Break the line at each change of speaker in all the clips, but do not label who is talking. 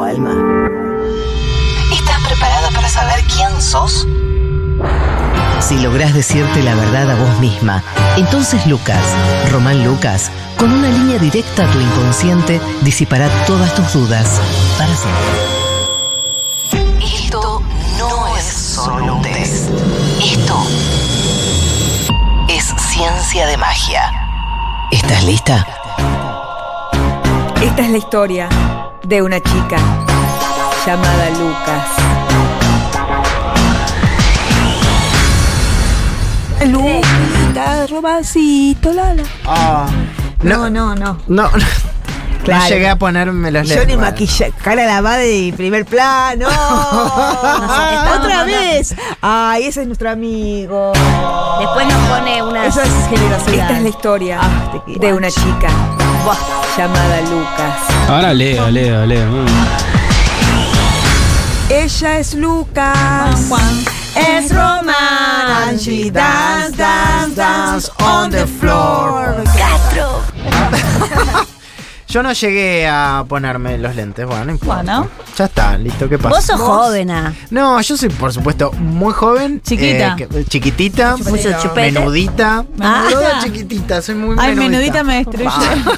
alma.
¿Estás preparada para saber quién sos?
Si lográs decirte la verdad a vos misma, entonces Lucas, Román Lucas, con una línea directa a tu inconsciente, disipará todas tus dudas para siempre.
Esto no es solo un test. Esto es ciencia de magia.
¿Estás lista?
Esta es la historia de una chica llamada Lucas. Lucita, robacito, Lala.
Ah,
No, no, no.
no, no,
Claro.
no llegué a ponerme los
Yo ni
lentes.
maquilla, cara lavada de primer plano.
estamos
Otra
mandando.
vez. Ay, ese es nuestro amigo.
Después nos pone una.
Eso es generosidad.
Esta es la historia
Ah, te quiero.
de una chica llamada Lucas.
Ahora leo, leo, leo. mm.
Ella es Lucas. Es
And
romance.
she dance, dance, dance on the floor.
Yo no llegué a ponerme los lentes, bueno, no importa.
Bueno.
Ya está, listo, ¿qué pasa?
Vos sos joven, ah.
No, yo soy, por supuesto, muy joven.
Chiquita.
eh, que- chiquitita.
Mucho chupete.
Menudita.
Ah.
Toda chiquitita, soy muy
Ay,
menudita.
menudita me destruyó.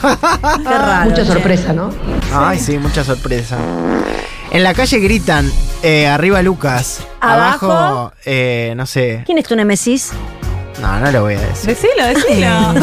Qué raro.
Mucha sorpresa, ¿no?
Ay, sí, mucha sorpresa. En la calle gritan, eh, arriba Lucas.
Abajo.
eh, no sé.
¿Quién es tu némesis?
¿Eh? No, no lo voy a decir.
Decilo, decilo.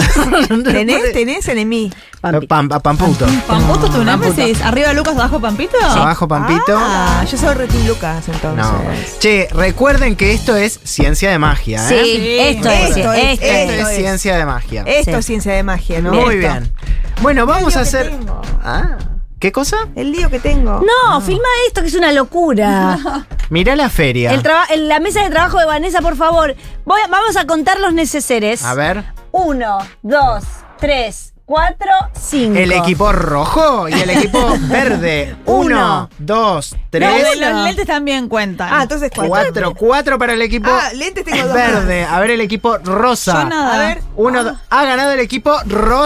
¿Tenés, tenés enemí?
Pampito.
Pam- a Pamputo.
¿Pamputo tu némesis? ¿Arriba Lucas, abajo Pampito?
Abajo Pampito.
Ah, yo soy Retín Lucas, entonces.
No. Che, recuerden que esto es ciencia de magia,
Sí,
¿eh?
esto
Esto
es, esto
es,
es.
Esto
esto
es
es.
ciencia de magia.
Esto
Sí.
es ciencia de magia, ¿no?
Muy
Esto.
bien. Bueno, vamos a hacer.
tengo.
Ah, ¿Qué cosa?
El lío que tengo.
No, filma esto que es una locura.
Mirá la feria.
El traba- en la mesa de trabajo de Vanessa, por favor. Voy a- vamos a contar los neceseres.
a ver.
Uno, dos, tres, cuatro, cinco.
El equipo rojo y el equipo verde. Uno,
Uno.
dos,
No,
tres,
de los lentes también cuentan.
Ah, entonces cuatro.
cuatro. Cuatro para el equipo
Ah, lentes tengo dos.
verde. A ver el equipo rosa.
Yo nada.
A ver.
Uno, dos. Ha ganado el equipo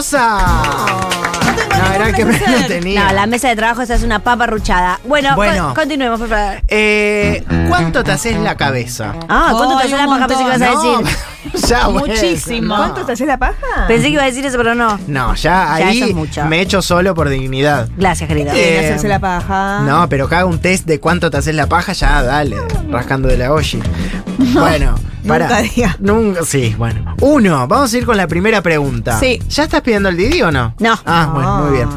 rosa. No, era el que menos tenía.
No, la mesa de trabajo esa es una papa ruchada. Bueno,
Bueno.
con- continuemos, por favor.
Eh, ¿Cuánto te haces la cabeza?
Ah, ¿cuánto
Ay,
te hace
un
la paja? Pensé que ibas a
No,
decir.
ya, bueno,
Muchísimo.
no.
¿Cuánto te haces la paja?
Pensé que iba a decir eso, pero no.
No, ya
Ya,
ahí
eso es mucho.
me echo solo por dignidad.
Gracias, querido.
Eh,
Bien, hacerse la paja.
No, pero que haga un test de cuánto te haces la paja, ya dale, rascando de la olla. Bueno, para.
Nunca diga.
sí, bueno. Uno, vamos a ir con la primera pregunta.
Sí.
¿Ya estás pidiendo el Didi o no?
No.
Ah, bueno, muy bien.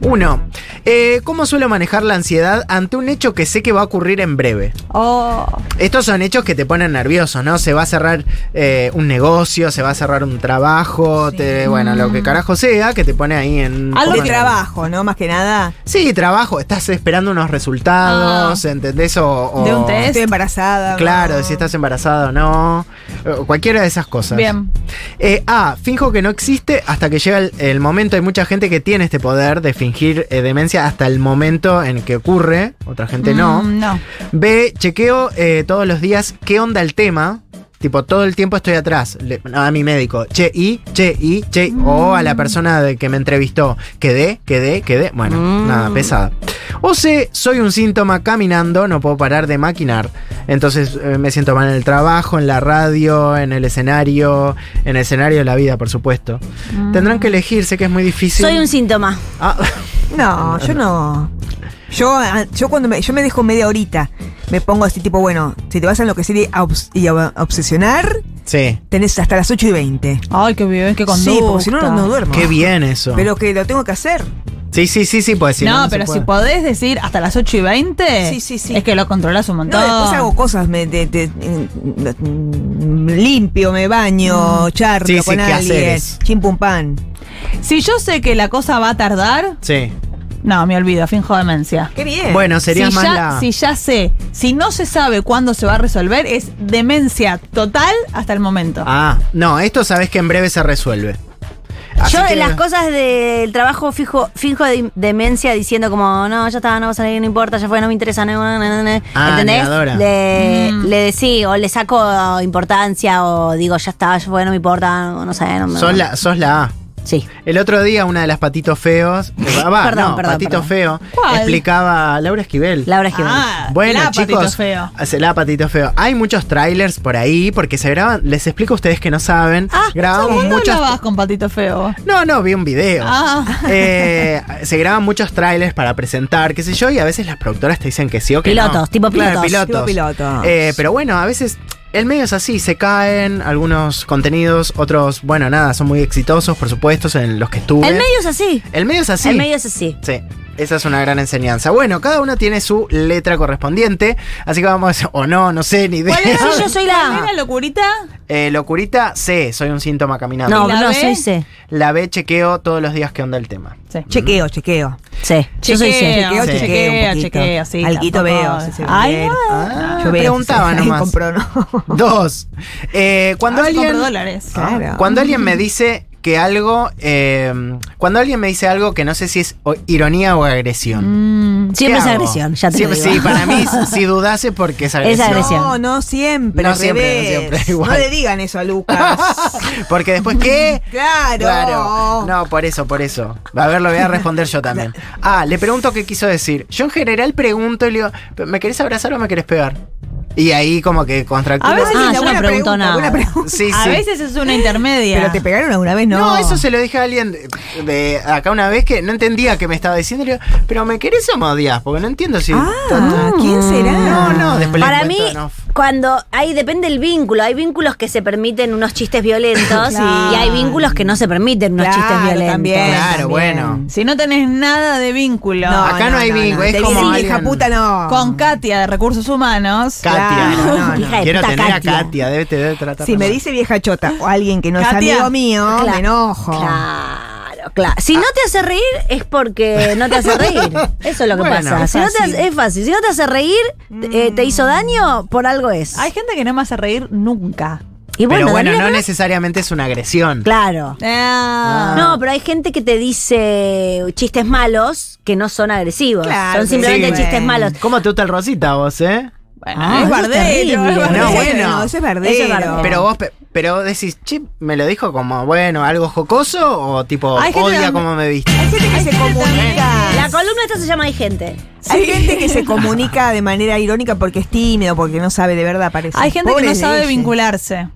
Uno, eh, ¿cómo suelo manejar la ansiedad ante un hecho que sé que va a ocurrir en breve?
Oh,
Estos son hechos que te ponen nervioso, ¿no? Se va a cerrar eh, un negocio, se va a cerrar un trabajo, te- bueno, lo que carajo sea, que te pone ahí en...
Algo de
bueno,
trabajo, ¿no? Más que nada.
Sí, trabajo, estás esperando unos resultados, ¿entendés? O, o-
Ah. De un test.
Estoy embarazada.
Claro,
¿no?
de si estás embarazada o no, o cualquiera de esas cosas.
bien.
Eh, A, finjo que no existe hasta que llega el, el momento. Hay mucha gente que tiene este poder de fingir eh, demencia hasta el momento en que ocurre, otra gente no.
Mm, no.
B, chequeo eh, todos los días qué onda el tema. Tipo, todo el tiempo estoy atrás. Le- a mi médico. Che, y, che, y, che. O a la persona de que me entrevistó. Quedé, quedé, quedé. Bueno, nada, pesada. O C, soy un síntoma caminando, no puedo parar de maquinar. Entonces eh, me siento mal en el trabajo, en la radio, en el escenario, en el escenario de la vida, por supuesto. Tendrán que elegir, sé que es muy difícil.
Soy un síntoma.
Ah,
No, yo no. Yo, ah, yo cuando me, yo me dejo media horita, me pongo así tipo, bueno, si te vas a enloquecer y a, obs- y a obsesionar,
sí.
tenés hasta las 8 y 20.
Ay, qué bien, qué conducta.
Sí, porque si no, no, no duermo.
Qué bien eso.
Pero que lo tengo que hacer.
sí, sí, sí, sí, pues si
no,
no, no se
pero si
puede.
podés decir hasta las 8 y 20,
Sí, sí, sí.
es que lo controlas un
No,
montón.
después hago cosas, me de- de- mm, limpio, me baño, charlo
Sí, sí,
con alguien,
quehaceres.
chim pum pan.
Si yo sé que la cosa va a tardar,
Sí.
no, me olvido, finjo demencia.
Qué bien.
Bueno, sería
si,
más
ya,
la-
si ya sé, si no se sabe cuándo se va a resolver, es demencia total hasta el momento.
Ah, no, esto sabes que en breve se resuelve. Así
Yo
que-
en las cosas del trabajo fijo, finjo de demencia diciendo como, no, ya está, no va a salir, no importa, ya fue, no me interesa, no, no, no, no".
Ah,
¿entendés?
negadora.
Le, le decí, o le saco importancia, o digo, ya está, ya fue, no me importa, no, no sé, no me.
Sos la, sos la A.
Sí.
El otro día una de las patitos feos, eh, va, va,
Perdón,
no,
perdón,
patito
perdón.
feo,
¿Cuál?
explicaba Laura Esquivel.
Laura Esquivel.
Bueno,
la patito
chicos,
feo.
hace la patito feo. Hay muchos trailers por ahí porque se graban. Les explico a ustedes que no saben.
Ah,
grabamos
¿cómo no
muchos.
hablabas con patito feo?
No, no, vi un video.
Ah.
Eh, se graban muchos trailers para presentar, qué sé yo, y a veces las productoras te dicen que sí o que no.
Pilotos, tipo
Claro,
pilotos.
pilotos.
Tipo piloto.
Eh, pero bueno, a veces el medio es así, se caen algunos contenidos, otros, bueno, nada, son muy exitosos, por supuesto, en los que estuve.
El medio es así.
El medio es así.
El medio es así.
Sí, esa es una gran enseñanza. Bueno, cada uno tiene su letra correspondiente, así que vamos, o no, no sé, ni idea.
¿Cuál era?
Sí, yo soy la-
¿Cuál era locurita?
Eh, locurita, C, soy un síntoma caminando.
No,
¿Y la
no,
B?
soy C.
La B chequeo todos los días que onda el tema.
Chequeo, chequeo.
C. Yo soy C.
Chequeo,
Sí.
chequeo,
un poquito.
chequeo, sí.
Alguito
tampoco.
veo. si se ve
Ay,
bien.
no.
Ah,
Yo veo.
preguntaba
si se-
nomás.
Compro, no.
Dos, eh, cuando
A ver si
alguien...
compro dólares.
Ah,
Claro.
Cuando alguien me dice que algo... eh, cuando alguien me dice algo que no sé si es o- ironía o agresión.
Mm,
Mm.
Siempre
¿qué
es
hago?
agresión, ya te
Siempre-
lo digo.
Sí, para mí, si dudase, porque es agresión.
agresión.
No, no siempre.
No
al
siempre, no
revés.
siempre, igual.
No le digan eso a Lucas.
Porque después, ¿qué?
claro.
Claro. No, por eso, por eso. A ver, lo voy a responder yo también. Ah, le pregunto qué quiso decir. Yo en general pregunto y le digo, ¿me querés abrazar o me querés pegar? Y ahí como que contractura.
A veces
Ah,
es
yo
la
no
buena
pregunto
pregunta,
nada.
buena pregunta.
Sí, sí.
A veces es una intermedia.
Pero te pegaron alguna vez, no.
no. eso se lo dije a alguien de, de acá una vez que no entendía qué me estaba diciendo. Le digo, pero ¿me querés o me odias? Porque no entiendo si...
Ah, ¿quién será?
No, no, después le
Para mí,
cuento, no.
cuando hay, depende del vínculo, hay vínculos que se permiten unos chistes violentos
Claro.
y hay vínculos que no se permiten unos
Claro,
chistes violentos.
también.
Claro,
también.
bueno.
Si no tenés nada de vínculo
Acá no hay bingo, es
Te
como
dicen,
alguien-
hija puta, no.
con Katia de Recursos Humanos.
Katia.
Claro, no, no.
Hija de
Quiero
puta
tener
Katia.
a Katia, debe, te debe tratar.
Si me
mal.
dice vieja chota o alguien que no
Katia.
es amigo mío,
Cla-
me enojo.
Claro, claro. Si no te hace reír es porque no te hace reír. Eso es lo que
Bueno,
pasa.
es
si no te
fácil.
hace- es fácil. Si no te hace reír, eh, te hizo daño, por algo es.
Hay gente que no me hace reír nunca.
y
Pero bueno,
Daniela,
no
¿qué más?
necesariamente es una agresión.
Claro.
Ah.
No, pero hay gente que te dice chistes malos que no son agresivos.
Claro,
son simplemente
sí,
chistes
bueno.
malos.
¿Cómo te gusta el Rosita vos, eh?
Bueno,
Ah,
es
eso es
bardero. es
terrible.
bardero.
No,
Eso es
bueno.
no, Eso es
Eso es
verdadero.
verdadero.
Pero vos pe- pero vos decís, chip, ¿me lo dijo como, bueno, algo jocoso o tipo,
Hay gente
odia
que-
cómo me viste?
Hay gente que se comunica.
La columna esta se llama Hay gente.
Hay gente que se comunica de manera irónica porque es tímido, porque no sabe de verdad, parece.
Hay gente que
Pobres
no
de
sabe
ellos.
vincularse.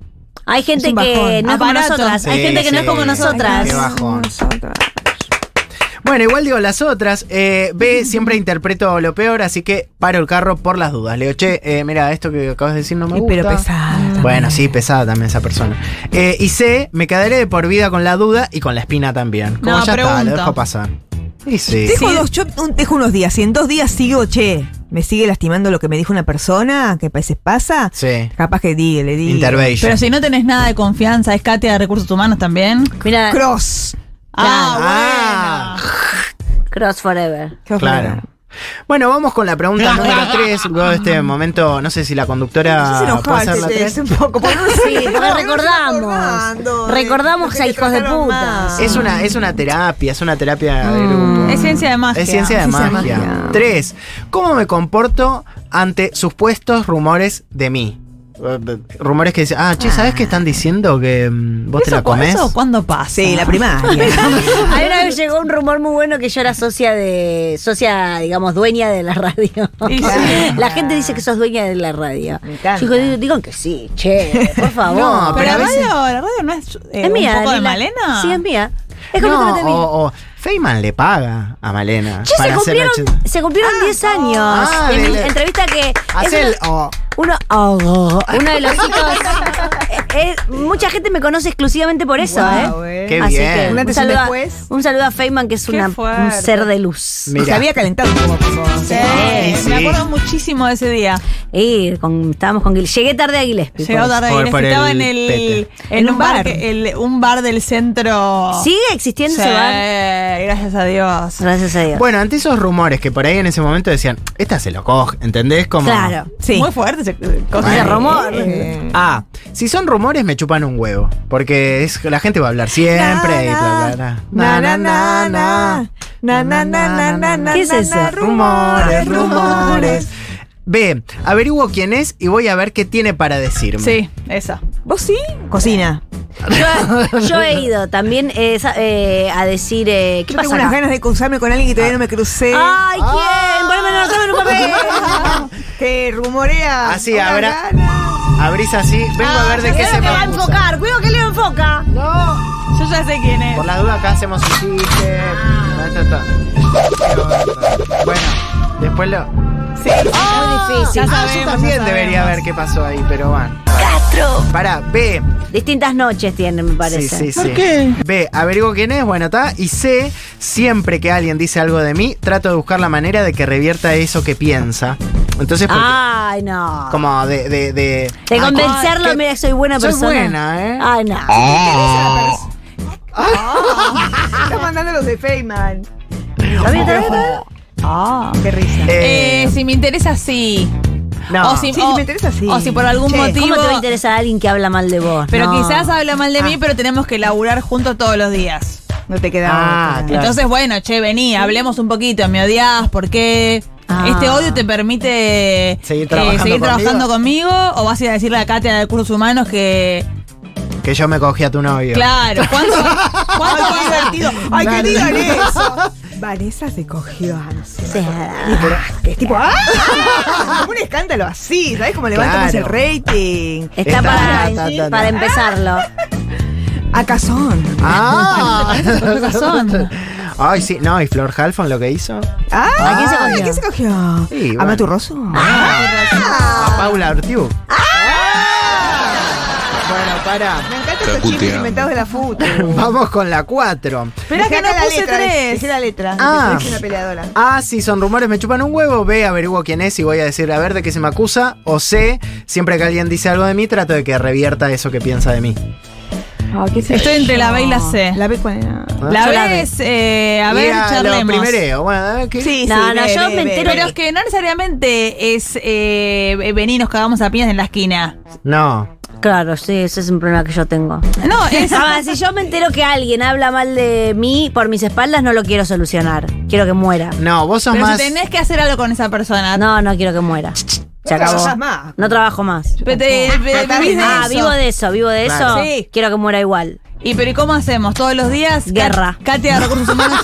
Hay gente
Es un
que
bajón.
no es como
Aparato.
nosotras. Hay
Sí,
gente que no
sí.
es como
Qué
nosotras.
bajón. Bueno, igual digo las otras. Eh, B, siempre interpreto lo peor, así que paro el carro por las dudas. Le digo, che, eh, mira, esto que acabas de decir no me
Y
gusta.
pero pesada.
Bueno, sí, pesada también esa persona. Eh, y C, me quedaré de por vida con la duda y con la espina también. Como
No,
ya está, lo
pregunto.
dejo pasar. Y sí.
Dejo,
Sí.
dos- yo un- dejo unos días. Si en dos días sigo, che, me sigue lastimando lo que me dijo una persona, que a veces pasa,
Sí.
capaz que diga, le diga.
Intervention.
Pero si no tenés nada de confianza, es Katia de Recursos Humanos también.
Mira,
Cross.
Ah, bueno.
Cross Forever.
Cross
Claro. Bueno, vamos con la pregunta número 3. Luego de este momento, no sé si la
No
conductora
sé si
Ah, puede hacer la
enojarte,
tres.
es un poco. porque no sé-
Ah, Sí, porque
no me estoy
recordamos.
acordando de-
Recordamos
de
a
que
hijos de
trataron
puta.
mal.
Es una, es una terapia, es una terapia de grupo.
Es ciencia de magia.
Es ciencia de
Ciencia de
magia.
magia.
Tres, ¿cómo me comporto ante supuestos rumores de mí? Eh, eh, Rumores que dicen, ah, che, ¿sabés qué están diciendo? Que mm, vos te
¿Eso
la
cu-
comés.
¿Eso cuándo pasa?
Sí,
Ah.
la primaria.
Hay una vez llegó un rumor muy bueno que yo era socia de. socia, digamos, dueña de la radio.
Y sí.
La gente dice que sos dueña de la radio.
Me encanta.
Yo digo, digan que sí, che, por favor.
No,
Pero la
Pero a veces-
radio, la radio no es. eh,
es mía.
¿Un poco de
Lila.
Malena?
Sí, es mía. Es
No,
completamente mía.
o, o Feynman le paga a Malena.
Che, se
para hacer la
cumplieron,
ch-
se cumplieron 10 años.
Ah,
en
de
mi
la-
entrevista que. es
Hacé
uno-
el o.
Uno, oh, oh, uno de los chicos. eh, eh, mucha gente me conoce exclusivamente por eso,
Guau,
¿eh?
eh.
Qué
Así
bien.
que
Un
un,
antes y un
saludo a,
después.
un saludo a Feynman, que es
Qué
una- un
fuerte.
ser de luz.
Se
Mirá.
había calentado un poco. como-
Sí,
Sí,
me
sí.
acuerdo muchísimo de ese día.
Y con- estábamos con Gillespie. Llegué tarde a Gillespie.
Llegó
por eso.
tarde
Por-
y
por
estaba
el
en el
pete.
en un bar, que- el- un bar del centro.
¿Sigue existiendo
Oh. Sí,
ese bar?
gracias a Dios.
Gracias a Dios.
Bueno, ante esos rumores que por ahí en ese momento decían, esta se lo coge, ¿entendés? Como,
claro.
Sí.
Muy fuerte ese cosa.
Ese
Bueno.
rumor.
Eh,
Ah, si son rumores me chupan un huevo, porque es, la gente va a hablar siempre y bla, bla, bla.
Na, na, na, na. Na, na, na, na, na, na,
¿Qué es
na,
eso?
na,
Rumores, rumores. B, averiguo quién es y voy a ver qué tiene para decirme.
Sí, esa.
¿Vos sí? Cocina.
Yo, yo he ido también eh, sa- eh, a decir. eh, ¿Qué
Yo tengo
pasa?
unas
acá?
ganas de cruzarme con alguien que
Ah.
todavía no me crucé.
¡Ay, quién! Poneme en otro- en un papel.
Que rumorea.
Así
Una
Ah, habrá-
gana.
Abrís así, vengo a ver de qué se
me va a enfocar. Cuidado que Leo enfoca.
Yo ya sé quién es.
Por las dudas acá hacemos un chiste. Ta, ta, ta. Bueno, después lo.
Sí.
Muy difícil.
Ya
Ah,
sabemos,
yo también
ya
debería ver
sabemos.
qué pasó ahí, pero van.
Castro.
Para B.
Distintas noches tienen, me parece.
Sí, sí, sí. B. Averiguo quién es, bueno, está. Y C. Siempre que alguien dice algo de mí, trato de buscar la manera de que revierta eso que piensa. Entonces, porque-
Ay, no.
como de. De, de,
Ah. De
Ay,
convencerlo,
qué-
mira, soy buena
soy
persona.
buena, ¿eh?
Ay, no.
Está mandando los de Feynman.
¿Está bien, está bien, está bien?
Ah.
Qué risa.
Eh,
Eh, si me interesa, sí.
no.
O si,
Sí,
o-
si me interesa, sí.
O si por algún
Che, ¿cómo
motivo.
¿Cómo te va a interesar a alguien que habla mal de vos?
Pero
No.
quizás habla mal de mí,
Ah.
pero tenemos que laburar juntos todos los días.
No te queda
Ah,
otra.
claro.
Entonces, bueno, che, vení, hablemos un poquito. ¿Me odias? ¿Por qué?
Ah.
¿Este odio te permite eh,
Seguir trabajando
seguir
conmigo?
trabajando conmigo? ¿O vas a ir a decirle a Katia de Cursos Humanos que.
Que yo me cogí a tu novio.
Claro, ¿cuánto, cuánto
Ay, qué divertido. Ay,
Claro.
que digan eso. Vanessa se cogió a nosotros.
Sí.
Que es tipo, ¡ah! Como un escándalo así, ¿sabes cómo levantamos
Claro. Eh.
el rating?
Está,
Está,
para,
está, está,
para
está.
empezarlo.
Acazón.
Ah.
Con razón.
Ay, sí, no, y Flor Halfon lo que hizo.
Ah,
¿A quién se cogió?
¿A quién se cogió?
Sí,
¿A
bueno.
Maturroso?
Ah. A Paula Ortiú. Bueno, para.
Me encantan esos chistes inventados de la foto.
Vamos con la 4.
Espera que no puse tres.
Dejé la letra. Ah.
Ah.
una peleadora.
A, si son rumores me chupan un huevo. B, averiguo quién es y voy a decir a ver de qué se me acusa. O C, siempre que alguien dice algo de mí, trato de que revierta eso que piensa de mí.
Estoy entre la B y la C.
¿La B cuál era?
La
Yo la
B
B.
es. eh, a ver,
Y Lo
charlemos.
primereo. Bueno, a ver qué.
No, no,
B,
yo
B,
me
B,
entero
Pero es que no necesariamente es eh, vení, nos cagamos a piñas en la esquina.
No.
Claro, sí, ese es un problema que yo tengo.
No, es.
Ah, si yo me entero que alguien habla mal de mí por mis espaldas, no lo quiero solucionar. Quiero que muera.
No, vos sos
Pero
más.
si tenés que hacer algo con esa persona.
No, no quiero que muera. Se
No
acabó.
trabajás más.
No trabajo más.
Pero te- te-
Tratar de
vivís de
Ah,
eso.
vivo de eso, vivo de eso.
Claro. Sí.
Quiero que muera igual.
Y pero ¿y cómo hacemos? ¿Todos los días? Kat-
Guerra.
Katia, recursos humanos.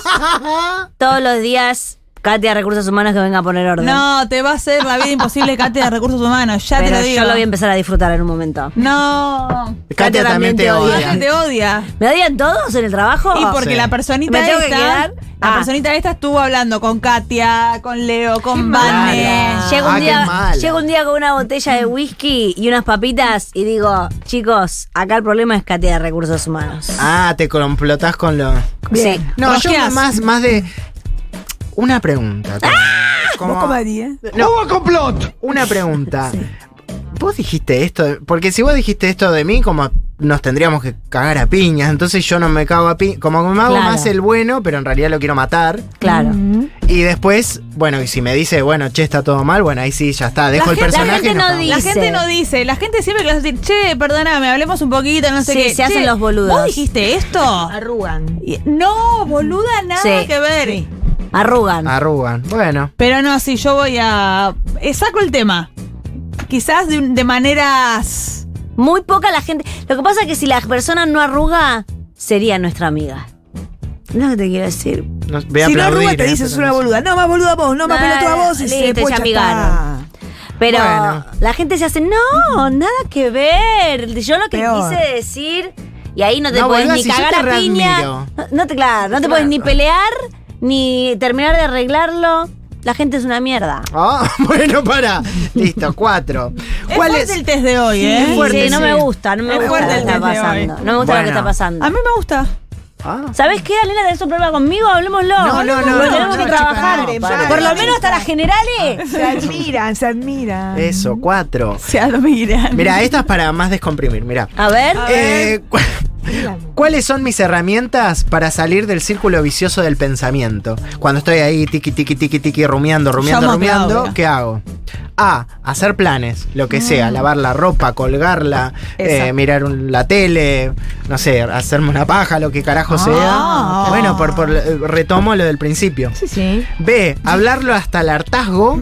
Todos los días, Katia Recursos Humanos que venga a poner orden.
No, te va a hacer la vida imposible, Katia, recursos humanos. Ya
Pero
te lo digo.
yo lo voy a empezar a disfrutar en un momento.
No.
Katia también te
Katia
odia.
te odia.
¿Me odian todos en el trabajo?
Y porque
Sí.
la personita
Oh. ¿Me tengo que
esta.
quedar?
La
Ah.
personita esta estuvo hablando con Katia, con Leo, con Vane.
mala.
Llego,
Ah,
un
qué
día,
mala.
llego un día con una botella de whisky y unas papitas y digo, chicos, acá el problema es Katia de Recursos Humanos.
Ah, te complotás con lo.
Sí.
No, yo
Rosqueás.
más, más de. Una pregunta. Como-
¿Vos cómo harías?
No. ¡Hubo complot! Una pregunta. Vos dijiste esto, de- porque si vos dijiste esto de mí, como nos tendríamos que cagar a piñas, entonces yo no me cago a piñas, como me hago
Claro.
más el bueno, pero en realidad lo quiero matar.
Claro.
Mm.
Mm.
Y después, bueno, y si me dice, bueno, che, está todo mal, bueno, ahí sí, ya está, dejo
La
el
gen- la
personaje.
gente
y nos
no
cagamos.
La
Dice.
gente no dice, la gente siempre que le dice, che, perdóname, hablemos un poquito, no sé
Sí,
qué.
se hacen
Che,
los boludos.
¿Vos dijiste esto?
Arrugan.
Y- No, boluda, nada
Sí.
que ver.
Arrugan.
Arrugan. Bueno,
Pero no, si yo voy a. eh, saco el tema. Quizás de, un- de maneras.
Muy poca la gente. Lo que pasa es que si la persona no arruga, sería nuestra amiga. No te quiero decir.
no- voy a
si no
aplaudir,
arruga te
eh,
dices
pero
una
no sé.
boluda. No, más boluda vos, no, más
Nah,
pelotuda vos. Y se
listo,
puede
ya amigaron. Pero
Bueno.
la gente se hace, no, nada que ver. Yo lo que
Peor.
quise decir. Y ahí no te
No,
puedes
boluda,
ni
si yo
cagar
te
a piña.
readmiro.
No, no te, claro, no te puedes ni pelear, ni terminar de arreglarlo. La gente es una mierda.
Ah, bueno, para. Listo, cuatro.
Es
¿Cuál
fuerte
es?
el test de hoy, ¿eh?
Sí,
fuerte,
no
sí.
me gusta, no me
Es
gusta
fuerte
lo que
el
está
test de hoy.
pasando. No me gusta lo que
Bueno.
está pasando.
A mí me gusta.
Ah.
¿Sabés qué, Alena? ¿Tenés un problema conmigo? Hablemoslo.
No, no, no,
Lo
no,
tenemos
no,
que
chica,
trabajar.
no,
para.
Por lo menos hasta las generales.
Se admiran, se admiran.
Eso, cuatro.
Se admiran.
Mira, esta es para más descomprimir, mira.
A ver.
Eh, cu- ¿Cuáles son mis herramientas para salir del círculo vicioso del pensamiento? Cuando estoy ahí tiki tiki tiki tiki rumiando, rumiando,
Llamo a
rumiando,
Claudia.
¿qué hago? A, hacer planes, lo que sea,
Mm.
lavar la ropa, colgarla,
Esa.
eh, mirar un- la tele, no sé, hacerme una paja, lo que carajo
Ah.
sea. Bueno, por, por- eh, retomo lo del principio.
Sí, sí.
B, hablarlo hasta el hartazgo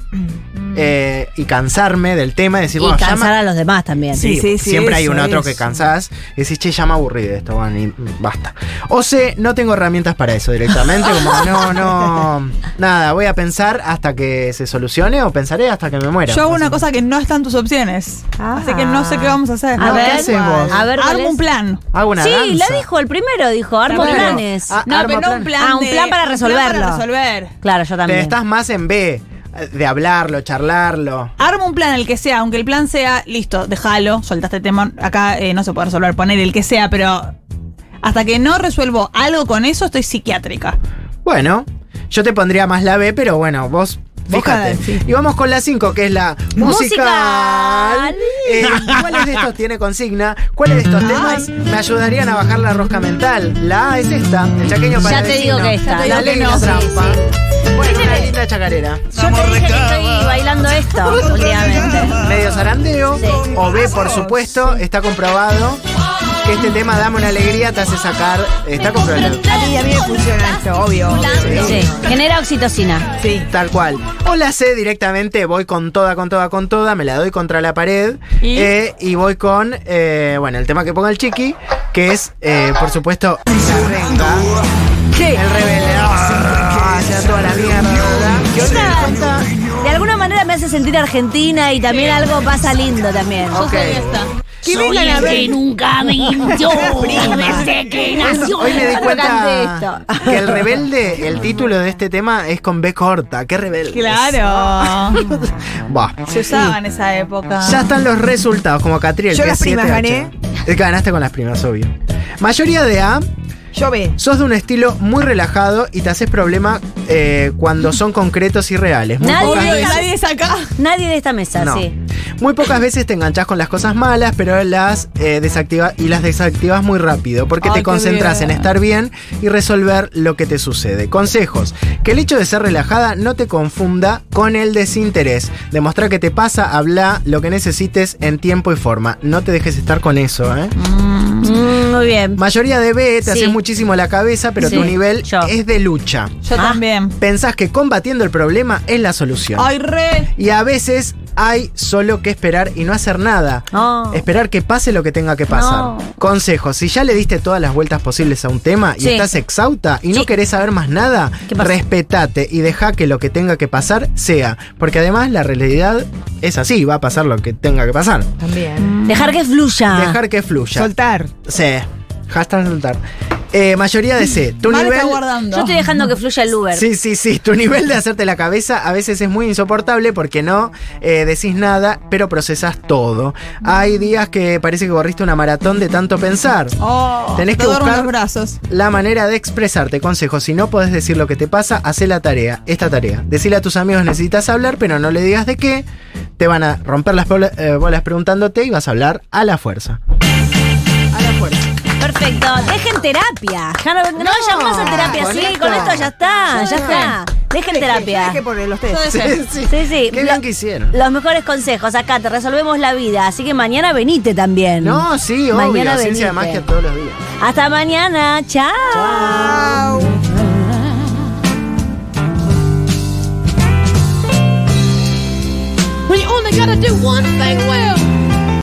eh, y cansarme del tema y decir,
Mm. Y
bueno, ya
cansar
me-
a los demás también.
Sí, sí, sí,
siempre hay
eso,
un otro que
eso.
cansás y decís, che, ya me aburrí de esto, bueno, y basta. O sé, no tengo herramientas para eso directamente, como no, no, nada, voy a pensar hasta que se solucione o pensaré hasta que me muera.
Yo hago una cosa que no está en tus opciones.
Ah.
Así que no sé qué vamos a hacer.
A
No, ¿qué
ver,
haces vos?
a ver, ¿cuál
Armo
es?
un plan.
Hago una
sí,
danza.
la dijo el primero, dijo, armo
Claro.
planes.
Ah,
No,
arma
pero no
plan.
un plan.
Ah, un
de-
plan para resolverlo.
para resolver.
Claro, yo también.
Te estás más en B, eh, de hablarlo, charlarlo.
Armo un plan, el que sea, aunque el plan sea, listo, déjalo, solta este tema, acá eh, no se puede resolver, poner el que sea, pero hasta que no resuelvo algo con eso, estoy psiquiátrica.
Bueno, yo te pondría más la B, pero bueno, vos fíjate.
cada- sí.
Y vamos con la 5, que es la
Musical.
musical. Eh, ¿Cuáles de estos tiene consigna? ¿Cuáles de estos temas me ayudarían a bajar la rosca mental? La A es esta, el chaqueño para
Ya te digo que esta.
La
Ya te
ley
digo
no
que no.
trampa. Bueno, una linda chacarera.
Yo te dije que estoy bailando esto últimamente.
Medio zarandeo.
Sí.
O B, por supuesto, está comprobado que este tema Dame una alegría te hace sacar. Está comprobado.
A mí, a mí me funciona esto, obvio.
Sí, genera oxitocina.
Sí. Tal cual. O la C directamente, voy con toda, con toda, con toda, me la doy contra la pared
¿Y?
eh, y voy con, eh, bueno, el tema que ponga el chiqui, que es, eh, por supuesto, la renga. El rebelde. Ah, hacia toda la mierda, ¿verdad? Que hoy me di cuenta-
De alguna manera me hace sentir argentina y también algo pasa lindo también.
Ok.
Que vengan a ver.
nunca me hinchó desde que
Eso, Hoy me di
Yo
cuenta
canté esto.
que el rebelde, el título de este tema es con B corta. ¡Qué rebelde!
Claro.
Buah.
se usaba en esa época.
Ya están los resultados, como Catriel.
Yo
que
las
es
primas
7H. Eh, Ganaste con las primas, obvio. Mayoría de A,
Yo ve.
sos de un estilo muy relajado y te haces problema eh, cuando son concretos y reales. Muy
Nadie
pocas
de
veces-
Nadie es acá.
Nadie de esta mesa,
No.
sí.
Muy pocas veces te enganchás con las cosas malas, pero las eh, desactivas y las desactivas muy rápido, porque
Ay,
te
qué
concentras en
bien.
estar bien y resolver lo que te sucede. Consejos: que el hecho de ser relajada no te confunda con el desinterés. Demostrar que te pasa, habla lo que necesites en tiempo y forma. No te dejes estar con eso, ¿eh?
Mm, muy bien.
Mayoría de B, te
Sí.
haces muchísimo la cabeza, pero
Sí,
tu nivel
yo.
es de lucha.
Yo también.
Pensás que combatiendo el problema es la solución.
Ay, re.
Y a veces hay solo que esperar y no hacer nada.
No.
Esperar que pase lo que tenga que pasar.
No.
Consejo, si ya le diste todas las vueltas posibles a un tema y
Sí.
estás exhausta y no
Sí.
querés saber más nada,
¿Qué pasa?
respetate y deja que lo que tenga que pasar sea. Porque además la realidad es así, va a pasar lo que tenga que pasar.
También.
Dejar que fluya.
Dejar que fluya.
Soltar.
Sí. Hashtag soltar. Eh, mayoría de C. Tu
Mal
nivel.
está
Yo
guardando.
estoy dejando que fluya el Uber.
Sí, sí, sí. Tu nivel de hacerte la cabeza a veces es muy insoportable porque no eh, decís nada, pero procesas todo. Hay días que parece que corriste una maratón de tanto pensar.
Oh,
Tenés que
te duermo en
buscar-
los brazos.
La manera de expresarte, consejo, si no podés decir lo que te pasa, hacé la tarea, esta tarea. Decirle a tus amigos necesitas hablar, pero no le digas de qué. Te van a romper las bola- eh, bolas preguntándote y vas a hablar a la fuerza. A la fuerza.
Perfecto. Dejen terapia. Ah, Ya no, no vayan más a terapia.
con
sí,
esto.
con esto ya está. Ya está. Dejen terapia.
Hay que poner los
Yo
test.
dejé.
sí.
Sí, sí.
Qué
Lo-
bien que hicieron.
Los mejores consejos. Acá te resolvemos la vida. Así que mañana venite también.
No, sí, obvio.
Mañana
Ciencia
venite.
de magia todos los días.
Hasta mañana. Chao.
When you only gotta do one thing well.